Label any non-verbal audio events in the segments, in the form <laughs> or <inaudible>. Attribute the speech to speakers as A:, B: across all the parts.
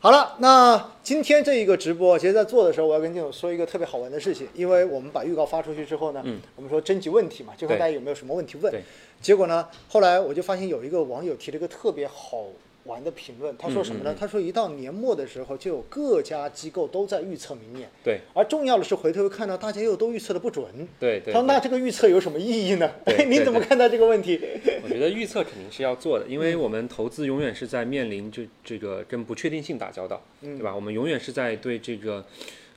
A: 好了，那今天这一个直播，其实在做的时候，我要跟金总说一个特别好玩的事情，因为我们把预告发出去之后呢，
B: 嗯
A: 我们说征集问题嘛，就看
B: 对
A: 大家有没有什么问题问
B: 对。
A: 结果呢，后来我就发现有一个网友提了一个特别好玩的评论，他说什么呢？
B: 嗯嗯嗯
A: 他说一到年末的时候，就有各家机构都在预测明年，
B: 对
A: 而重要的是回头看到大家又都预测的不准。
B: 对对
A: 他说那
B: 对
A: 这个预测有什么意义呢？
B: 对对
A: <laughs> 你怎么
B: 对
A: 看待这个问题？
B: 我觉得预测肯定是要做的，因为我们投资永远是在面临这这个跟不确定性打交道，对吧？我们永远是在对这个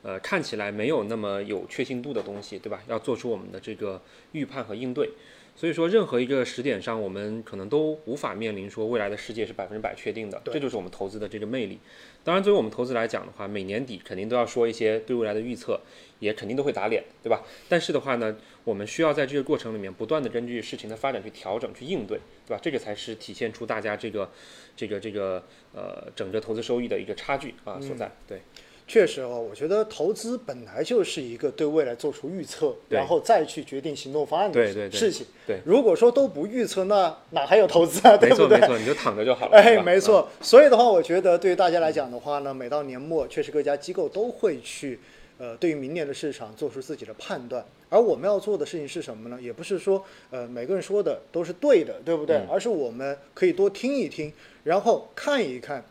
B: 呃看起来没有那么有确信度的东西，对吧？要做出我们的这个预判和应对。所以说，任何一个时点上，我们可能都无法面临说未来的世界是百分之百确定的，
A: 对
B: 这就是我们投资的这个魅力。当然，作为我们投资来讲的话，每年底肯定都要说一些对未来的预测，也肯定都会打脸，对吧？但是的话呢，我们需要在这个过程里面不断的根据事情的发展去调整、去应对，对吧？这个才是体现出大家这个、这个、这个呃整个投资收益的一个差距啊所
A: 嗯
B: 在。对，
A: 确实哦，我觉得投资本来就是一个对未来做出预测，
B: 对
A: 然后再去决定行动方案
B: 对
A: 的
B: 对对
A: 事情。
B: 对
A: 如果说都不预测，那哪还有投资 <laughs> 啊？对
B: 没
A: 不
B: 错没
A: 对？
B: 错，你就躺着就好了。对
A: 哎，
B: 吧嗯
A: 没。错。所以的话，我觉得对于大家来讲的话呢，每到年末，确实各家机构都会去，呃，对于明年的市场做出自己的判断。而我们要做的事情是什么呢？也不是说，呃，每个人说的都是对的，对不对？
B: 嗯
A: 而是我们可以多听一听，然后看一看，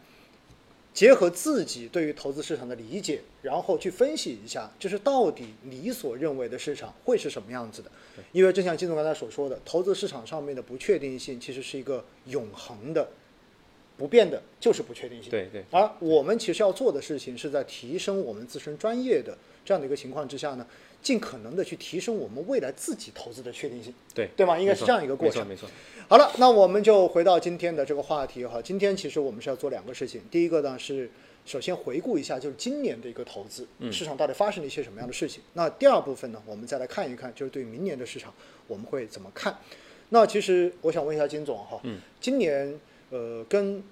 A: 结合自己对于投资市场的理解，然后去分析一下，就是到底你所认为的市场会是什么样子的。因为正像金总刚才所说的，投资市场上面的不确定性其实是一个永恒的、不变的，就是不确定性。
B: 对对
A: 而我们其实要做的事情是在提升我们自身专业的这样的一个情况之下呢，尽可能的去提升我们未来自己投资的确定性。
B: 对
A: 对吗应该是
B: 没错
A: 这样一个过程
B: 没错没错。
A: 好了，那我们就回到今天的这个话题哈。今天其实我们是要做两个事情，第一个呢是首先回顾一下就是今年的一个投资市场到底发生了一些什么样的事情。那第二部分呢，我们再来看一看就是对明年的市场我们会怎么看。那其实我想问一下金总哈，嗯，今年呃跟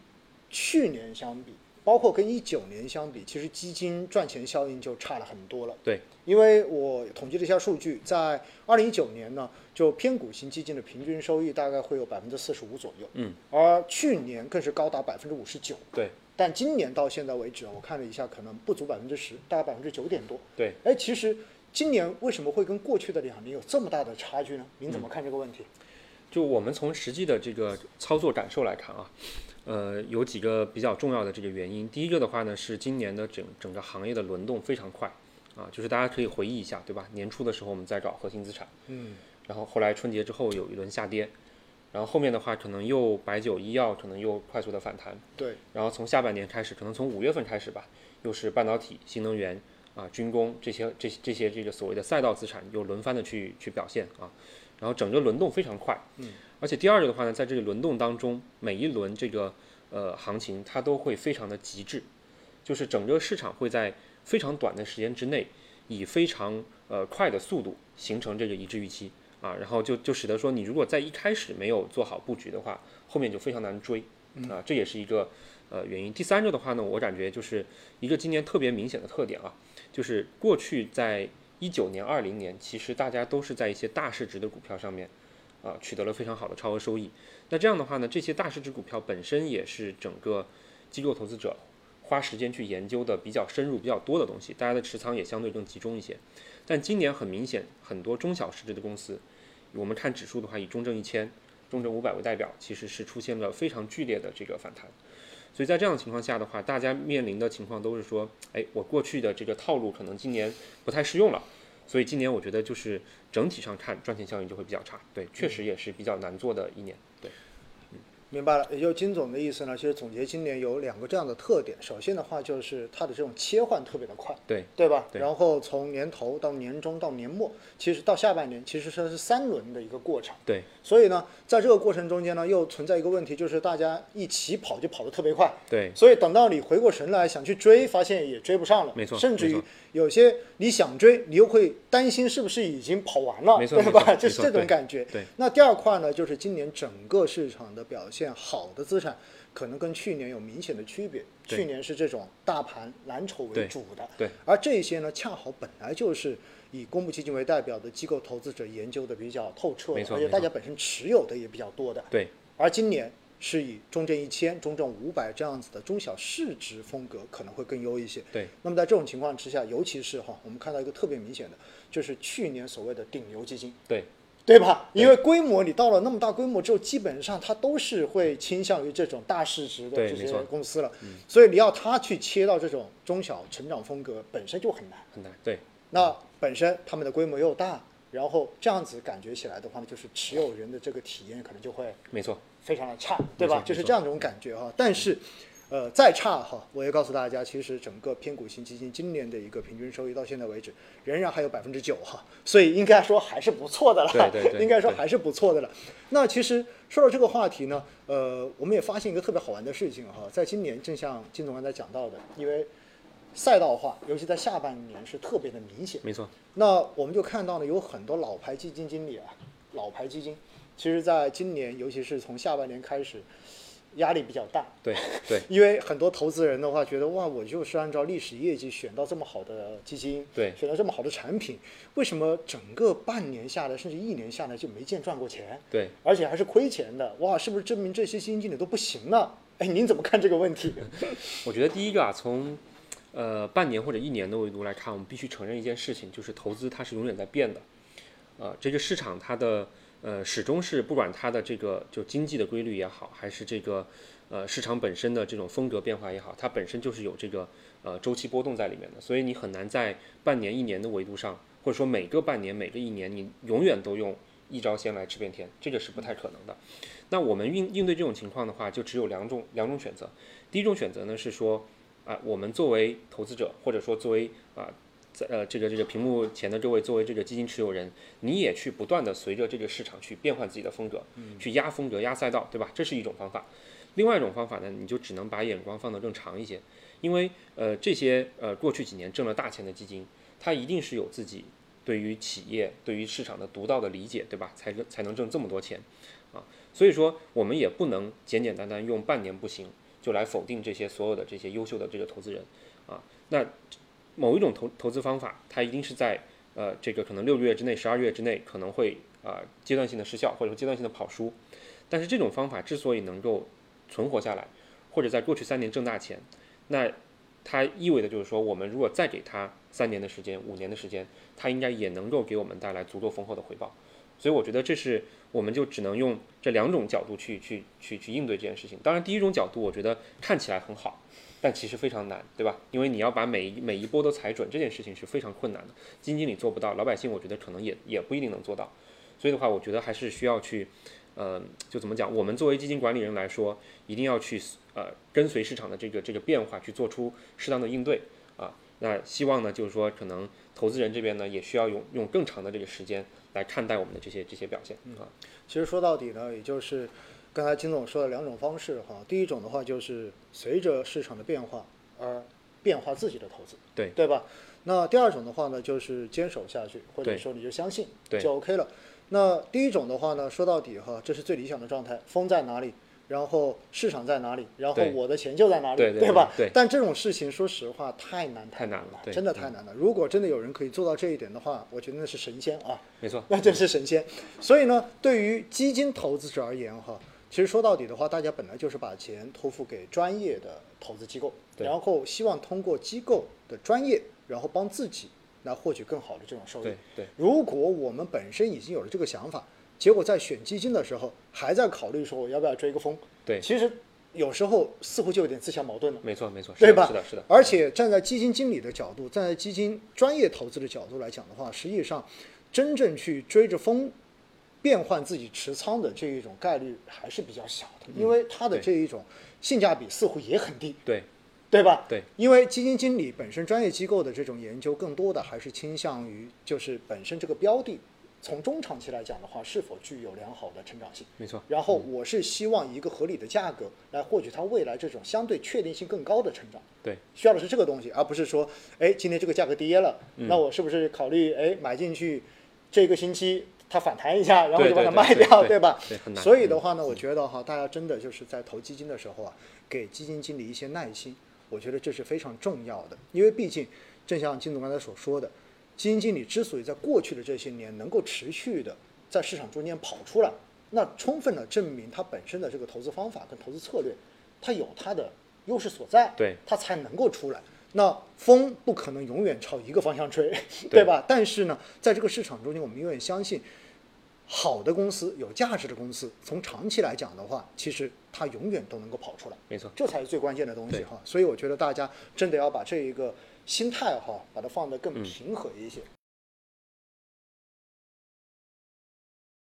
A: 去年相比，包括跟一九年相比，其实基金赚钱效应就差了很多了。
B: 对
A: 因为我统计了一下数据，在二零一九年呢，就偏股型基金的平均收益大概会有百分之四十五左右，
B: 嗯，
A: 而去年更是高达百分之五十九，
B: 对
A: 但今年到现在为止啊，我看了一下，可能不足百分之十，大概百分之九点多。
B: 对，
A: 哎，其实今年为什么会跟过去的两年有这么大的差距呢？您
B: 嗯
A: 怎么看这个问题？
B: 就我们从实际的这个操作感受来看啊，呃，有几个比较重要的这个原因。第一个的话呢，是今年的整整个行业的轮动非常快啊，就是大家可以回忆一下，对吧？年初的时候我们在搞核心资产，
A: 嗯，
B: 然后后来春节之后有一轮下跌，然后后面的话可能又白酒、医药可能又快速的反弹，
A: 对，
B: 然后从下半年开始，可能从五月份开始吧，又是半导体、新能源啊、军工这些这些这些这个所谓的赛道资产又轮番的去去表现啊，然后整个轮动非常快。
A: 嗯，
B: 而且第二个的话呢，在这个轮动当中，每一轮这个呃行情它都会非常的极致，就是整个市场会在非常短的时间之内，以非常呃快的速度形成这个一致预期。啊，然后就就使得说，你如果在一开始没有做好布局的话，后面就非常难追，啊，这也是一个呃原因。第三个的话呢，我感觉就是一个今年特别明显的特点啊，就是过去在一九年、二零年，其实大家都是在一些大市值的股票上面啊取得了非常好的超额收益。那这样的话呢，这些大市值股票本身也是整个机构投资者花时间去研究的比较深入、比较多的东西，大家的持仓也相对更集中一些。但今年很明显，很多中小市值的公司，我们看指数的话，以中证一千、中证五百为代表，其实是出现了非常剧烈的这个反弹。所以在这样的情况下的话，大家面临的情况都是说，哎，我过去的这个套路可能今年不太适用了，所以今年我觉得就是整体上看赚钱效应就会比较差，对，确实也是比较难做的一年，对，
A: 明白了，也就是金总的意思呢，其实总结今年有两个这样的特点。首先的话，就是它的这种切换特别的快，
B: 对，
A: 对吧？
B: 对
A: 然后从年头到年中到年末，其实到下半年，其实它是三轮的一个过程。
B: 对，
A: 所以呢，在这个过程中间呢，又存在一个问题，就是大家一起跑就跑得特别快，
B: 对，
A: 所以等到你回过神来想去追，发现也追不上了，
B: 没错
A: 甚至
B: 没
A: 于
B: 错
A: 有些你想追，你又会担心是不是已经跑完了，
B: 没错
A: 对
B: 没
A: 吧？
B: 错
A: 就是
B: 没
A: 这
B: 错
A: 种感觉。
B: 对对
A: 那第二块呢，就是今年整个市场的表现好的资产，可能跟去年有明显的区别。
B: 对
A: 去年是这种大盘蓝筹为
B: 对
A: 主的，
B: 对
A: 而这些呢，恰好本来就是以公募基金为代表的机构投资者研究的比较透彻的，
B: 没错
A: 而且
B: 没
A: 大
B: 错
A: 家本身持有的也比较多的，
B: 对，
A: 而今年是以中证一千、中证五百这样子的中小市值风格可能会更优一些。
B: 对，
A: 那么在这种情况之下，尤其是哈，我们看到一个特别明显的，就是去年所谓的顶流基金，
B: 对，
A: 对吧？因为规模你到了那么大规模之后，基本上它都是会倾向于这种大市值的
B: 对
A: 这
B: 没
A: 些
B: 错嗯
A: 公司了，所以你要它去切到这种中小成长风格本身就很难。
B: 很难，对，
A: 那本身他们的规模又大，然后这样子感觉起来的话呢，就是持有人的这个体验可能就会
B: 没错，
A: 非常的差，对吧
B: 没？错
A: 就是这样一种感觉哈。但是，呃，再差哈，我也告诉大家，其实整个偏股型基金今年的一个平均收益到现在为止，仍然还有百分之九哈，所以应该说还是不错的了。<laughs>
B: 对对对
A: 应该说
B: 对
A: 还是不错的了。那其实说到这个话题呢，呃，我们也发现一个特别好玩的事情哈，在今年，正像金总刚才讲到的，因为赛道化，尤其在下半年是特别的明显。
B: 没错，
A: 那我们就看到呢，有很多老牌基金经理啊，老牌基金，其实在今年，尤其是从下半年开始，压力比较大，
B: 对对
A: 因为很多投资人的话，觉得哇，我就是按照历史业绩选到这么好的基金，
B: 对
A: 选到这么好的产品，为什么整个半年下来，甚至一年下来就没见赚过钱，
B: 对，
A: 而且还是亏钱的？哇，是不是证明这些基金经理都不行了？哎，您怎么看这个问题？
B: 我觉得第一个啊，从呃半年或者一年的维度来看，我们必须承认一件事情，就是投资它是永远在变的。呃，这个市场它的呃始终是不管它的这个就经济的规律也好，还是这个呃市场本身的这种风格变化也好，它本身就是有这个呃周期波动在里面的，所以你很难在半年、一年的维度上，或者说每个半年、每个一年，你永远都用一招鲜来吃遍天，这个是不太可能的。那我们应应对这种情况的话，就只有两种两种选择。第一种选择呢是说，啊、我们作为投资者，或者说作为啊、在呃这个这个屏幕前的各位，作为这个基金持有人，你也去不断的随着这个市场去变换自己的风格，去压风格、压赛道，对吧？这是一种方法。另外一种方法呢，你就只能把眼光放得更长一些，因为呃这些呃过去几年挣了大钱的基金，它一定是有自己对于企业、对于市场的独到的理解，对吧？才能才能挣这么多钱。啊，所以说我们也不能简简单单用半年不行就来否定这些所有的这些优秀的这个投资人啊。那某一种投投资方法，它一定是在呃这个可能六个月之内、十二月之内可能会啊、阶段性的失效或者说阶段性的跑输。但是这种方法之所以能够存活下来，或者在过去三年挣大钱，那它意味着就是说，我们如果再给它三年的时间、五年的时间，它应该也能够给我们带来足够丰厚的回报。所以我觉得这是我们就只能用这两种角度去去去去应对这件事情。当然，第一种角度我觉得看起来很好，但其实非常难，对吧？因为你要把每一每一波都踩准，这件事情是非常困难的。基金经理做不到，老百姓我觉得可能也也不一定能做到。所以的话，我觉得还是需要去，呃，就怎么讲？我们作为基金管理人来说，一定要去呃跟随市场的这个这个变化去做出适当的应对啊。那希望呢，就是说可能投资人这边呢，也需要用用更长的这个时间来看待我们的这些这些表现啊。
A: 其实说到底呢，也就是刚才金总说的两种方式哈。第一种的话就是随着市场的变化而变化自己的投资，
B: 对
A: 对吧？那第二种的话呢，就是坚守下去，或者
B: 对
A: 说你就相信，
B: 对
A: 就 OK 了。那第一种的话呢，说到底哈，这是最理想的状态，风在哪里，然后市场在哪里，然后
B: 对
A: 我的钱就在哪里，
B: 对对对
A: 吧？
B: 对
A: 但这种事情，说实话太难
B: 太难了对嗯
A: 真的太难了。如果真的有人可以做到这一点的话，我觉得那是神仙啊。
B: 没错，
A: <laughs> 那真是神仙。所以呢，对于基金投资者而言，哈，其实说到底的话，大家本来就是把钱托付给专业的投资机构，
B: 对
A: 然后希望通过机构的专业，然后帮自己来获取更好的这种收益
B: 对。对
A: 如果我们本身已经有了这个想法，结果在选基金的时候还在考虑说我要不要追个风，
B: 对，
A: 其实有时候似乎就有点自相矛盾了。
B: 没错没错，是
A: 对
B: 的
A: 吧？
B: 是的，是的，
A: 而且站在基金经理的角度，站在基金专业投资的角度来讲的话，实际上真正去追着风变换自己持仓的这一种概率还是比较小的，
B: 嗯
A: 因为它的这一种性价比似乎也很低，
B: 对
A: 对吧？
B: 对，
A: 因为基金经理本身专业机构的这种研究，更多的还是倾向于就是本身这个标的。从中长期来讲的话，是否具有良好的成长性？
B: 没错，
A: 然后我是希望一个合理的价格来获取它未来这种相对确定性更高的成长。
B: 对
A: 需要的是这个东西，而不是说，哎，今天这个价格跌了，
B: 嗯
A: 那我是不是考虑哎买进去，这个星期它反弹一下，然后
B: 对
A: 就把它
B: 对
A: 卖
B: 对
A: 掉，
B: 对
A: 吧？
B: 对很难
A: 所以的话呢，我觉得哈，大家真的就是在投基金的时候啊，给基金经理一些耐心，我觉得这是非常重要的，因为毕竟，正像金总刚才所说的，基金经理之所以在过去的这些年能够持续的在市场中间跑出来，那充分的证明它本身的这个投资方法跟投资策略，它有它的优势所在，
B: 对，
A: 它才能够出来。那风不可能永远朝一个方向吹，
B: 对
A: 对吧？但是呢，在这个市场中间，我们永远相信，好的公司、有价值的公司，从长期来讲的话，其实它永远都能够跑出来。
B: 没错，
A: 这才是最关键的东西
B: 对
A: 哈。所以我觉得大家真的要把这一个心态哈，把它放得更平和一些。